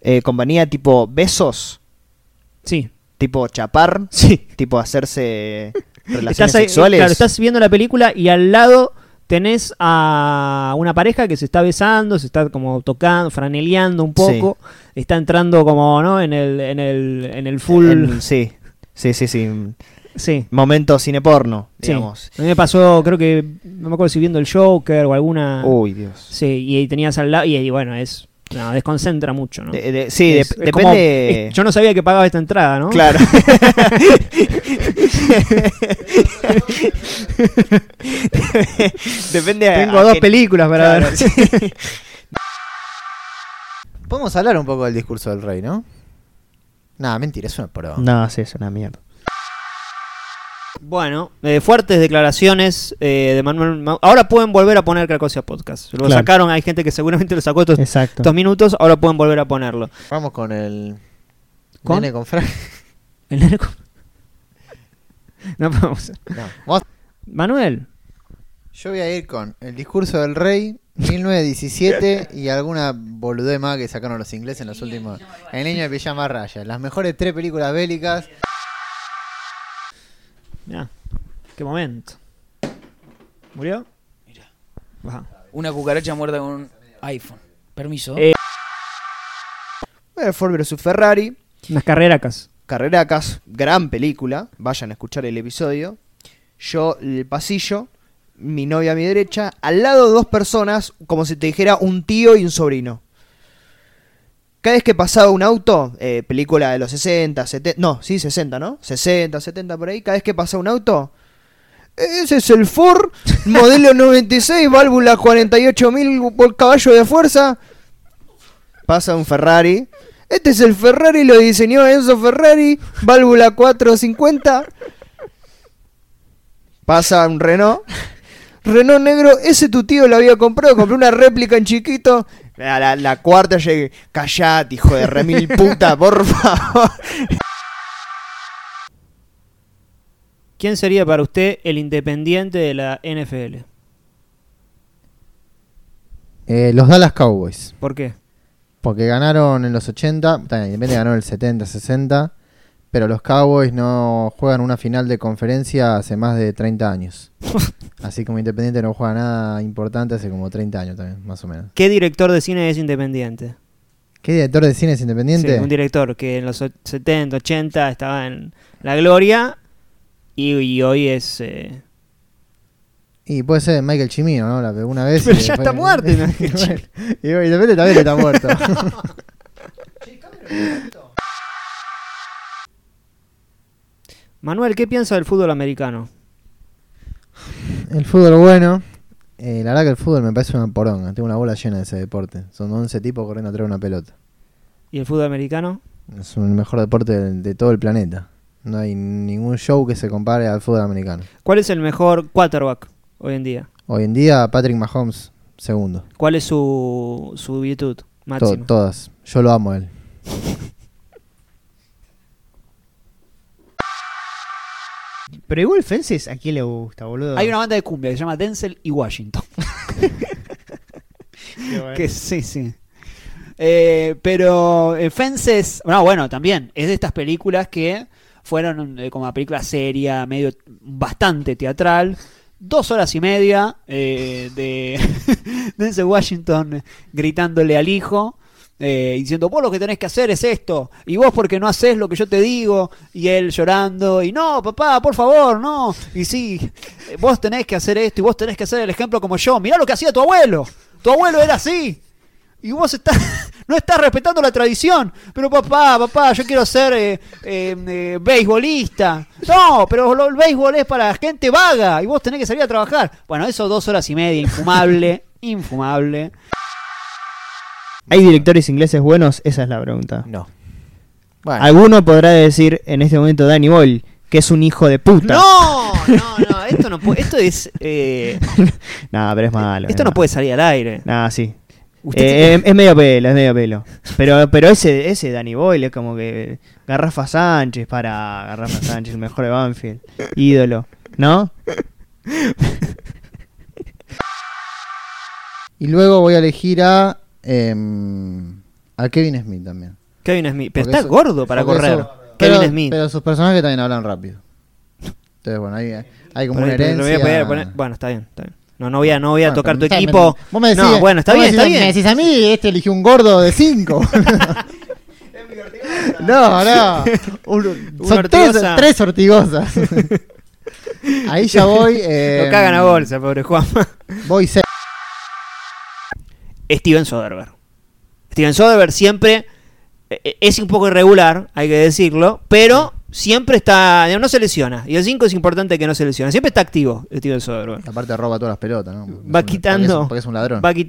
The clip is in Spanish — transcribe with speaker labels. Speaker 1: eh, compañía tipo besos,
Speaker 2: Sí,
Speaker 1: tipo chapar,
Speaker 2: sí.
Speaker 1: tipo hacerse relaciones
Speaker 2: Estás, ahí-
Speaker 1: sexuales.
Speaker 2: claro, estás viendo la película y al lado tenés a una pareja que se está besando, se está como tocando, franeleando un poco, está entrando como, ¿no? En el, en el, en el full...
Speaker 1: En- sí, sí, sí, sí.
Speaker 2: sí.
Speaker 1: Momento cineporno,
Speaker 2: Sí.
Speaker 1: digamos.
Speaker 2: A mí me pasó, creo que, no me acuerdo si viendo el Joker o alguna...
Speaker 1: Uy, Dios.
Speaker 2: Sí, y ahí tenías al lado, y, y bueno, es... No, desconcentra mucho, ¿no?
Speaker 1: De- de- Eh, sí,
Speaker 2: Es-
Speaker 1: de-
Speaker 2: es
Speaker 1: depende.
Speaker 2: como- es- yo no sabía que pagaba esta entrada, ¿no?
Speaker 1: Claro. depende a-
Speaker 2: Tengo
Speaker 1: a
Speaker 2: dos
Speaker 1: qué-
Speaker 2: películas para
Speaker 1: Claro,
Speaker 2: ver.
Speaker 1: sí.
Speaker 3: Podemos hablar un poco del discurso del rey, ¿no? Nada, mentira, es una prueba.
Speaker 1: No, sí, es una mierda.
Speaker 2: Bueno, eh, fuertes declaraciones eh, de Manuel. Mau- ahora pueden volver a poner Cracosia Podcast. Lo
Speaker 1: Claro.
Speaker 2: sacaron, hay gente que seguramente lo sacó estos,
Speaker 1: Exacto.
Speaker 2: estos minutos, ahora pueden volver a ponerlo.
Speaker 3: Vamos con el.
Speaker 2: ¿Con?
Speaker 3: Nene con Frank.
Speaker 2: El nene con- No vamos.
Speaker 3: No, vos-
Speaker 2: Manuel,
Speaker 3: Yo voy a ir con el discurso del rey, 1917 y alguna boludez más que sacaron los ingleses en los últimos. El niño de pijama raya. Las mejores tres películas bélicas.
Speaker 2: mirá, qué momento. ¿Murió? Mira.
Speaker 4: Una cucaracha muerta con un iPhone. Permiso.
Speaker 2: Eh,
Speaker 1: Bueno, Eh, Ford vs Ferrari,
Speaker 2: Unas carreracas.
Speaker 1: Carreracas, gran película, vayan a escuchar el episodio. Yo, el pasillo, mi novia a mi derecha, al lado dos personas, como si te dijera un tío y un sobrino. Cada vez que pasaba un auto, eh, película de los 60, 70, no, sí, 60, ¿no? 60, 70 por ahí, cada vez que pasa un auto, ese es el Ford, modelo 96, válvula 48.000 por caballo de fuerza. Pasa un Ferrari. Este es el Ferrari, lo diseñó Enzo Ferrari, válvula 450. Pasa un Renault. Renault negro, ese tu tío lo había comprado, compré una réplica en chiquito. A la, la cuarta llegué, callate, hijo de remil puta, por favor.
Speaker 2: ¿Quién sería para usted el independiente de la NFL?
Speaker 3: Eh, los Dallas Cowboys.
Speaker 2: ¿Por qué?
Speaker 3: Porque ganaron en los 80, también Independiente ganó en el 70, 60, pero los Cowboys no juegan una final de conferencia hace más de 30 años. Así como Independiente no juega nada importante hace como 30 años también, más o menos.
Speaker 2: ¿Qué director de cine es independiente?
Speaker 3: ¿Qué director de cine es Independiente?
Speaker 2: Sí, un director que en los o- 70, 80 estaba en la gloria y, y hoy es... eh,
Speaker 3: y puede ser Michael Chimino, ¿no? La pegó una vez.
Speaker 2: Pero
Speaker 3: y
Speaker 2: ya
Speaker 3: después-
Speaker 2: está muerto,
Speaker 3: y bueno,
Speaker 2: Michael Cimino.
Speaker 3: y bueno, Independiente también está muerto.
Speaker 2: Manuel, ¿qué piensa del fútbol americano?
Speaker 3: El fútbol bueno. Eh, la verdad que el fútbol me parece una poronga. Tengo una bola llena de ese deporte. Son 11 tipos corriendo atrás de una pelota.
Speaker 2: ¿Y el fútbol americano?
Speaker 3: Es el mejor deporte de, de todo el planeta. No hay ningún show que se compare al fútbol americano.
Speaker 2: ¿Cuál es el mejor quarterback hoy en día?
Speaker 3: Hoy en día, Patrick Mahomes, segundo.
Speaker 2: ¿Cuál es su, su virtud
Speaker 3: To-
Speaker 2: máxima?
Speaker 3: todas. Yo lo amo a él.
Speaker 1: Pero igual Fences, ¿a quién le gusta, boludo?
Speaker 4: Hay una banda de cumbia que se llama Denzel y Washington. Que sí, sí. Eh, pero eh, Fences, bueno, bueno, también es de estas películas que fueron eh, como una película seria, medio bastante teatral. Dos horas y media eh, de Denzel Washington gritándole al hijo. eh, diciendo, vos lo que tenés que hacer es esto, y vos porque no haces lo que yo te digo, y él llorando, y no, papá, por favor, no, y sí, eh, vos tenés que hacer esto, y vos tenés que hacer el ejemplo como yo, mirá lo que hacía tu abuelo, tu abuelo era así, y vos estás, no estás respetando la tradición. Pero papá, papá, yo quiero ser eh, eh, eh, beisbolista. No, pero lo- el béisbol es para gente vaga y vos tenés que salir a trabajar. Bueno, eso dos horas y media, infumable, infumable.
Speaker 1: ¿Hay directores ingleses buenos? Esa es la pregunta.
Speaker 3: No. Bueno,
Speaker 1: Alguno podrá decir en este momento Danny Boyle, que es un hijo de puta.
Speaker 2: No, no, no, esto no puede, esto es, eh,
Speaker 1: Nah, pero es malo.
Speaker 2: esto
Speaker 1: es
Speaker 2: no
Speaker 1: malo.
Speaker 2: puede salir al aire.
Speaker 1: Nah, sí.
Speaker 2: Usted
Speaker 1: Eh,
Speaker 2: tiene-
Speaker 1: es, es medio pelo, es medio pelo. Pero, pero ese, ese Danny Boyle es como que Garrafa Sánchez para Garrafa Sánchez, el mejor de Banfield. Ídolo. ¿No?
Speaker 3: y luego voy a elegir a. em, A Kevin Smith también.
Speaker 2: Kevin Smith. Pero
Speaker 3: Porque
Speaker 2: está
Speaker 3: eso-
Speaker 2: gordo para
Speaker 3: porque
Speaker 2: correr.
Speaker 3: eso-
Speaker 2: Kevin
Speaker 3: pero-
Speaker 2: Smith.
Speaker 3: Pero sus personajes también hablan rápido. Entonces, bueno, ahí hay, como
Speaker 2: Por
Speaker 3: una
Speaker 2: ahí te
Speaker 3: herencia.
Speaker 2: lo voy a poder poner- Bueno, está bien, está bien. No, no voy a, no voy a
Speaker 3: Bueno,
Speaker 2: tocar tu
Speaker 3: pero me-
Speaker 2: equipo.
Speaker 3: Vos me decís,
Speaker 2: no, bueno, está
Speaker 3: vos
Speaker 2: bien,
Speaker 3: me
Speaker 2: está
Speaker 3: decís-
Speaker 2: bien.
Speaker 3: Me decís a mí, este eligió un gordo de 5. no, no. Un-
Speaker 2: Una
Speaker 3: son tres,
Speaker 2: ortigosa.
Speaker 3: tres ortigosas. Ahí ya voy. Eh,
Speaker 2: Lo cagan a bolsa, pobre Juanma.
Speaker 3: Voy seis.
Speaker 2: Steven Soderbergh. Steven Soderbergh siempre eh, eh, es un poco irregular, hay que decirlo, pero siempre está, no se lesiona. Y el 5 es importante que no se lesione. Siempre está activo Steven Soderbergh.
Speaker 3: Aparte roba todas las pelotas, ¿no? Porque
Speaker 2: Va
Speaker 3: es un-
Speaker 2: quitando-
Speaker 3: Porque es, porque es un ladrón.
Speaker 2: Va quitando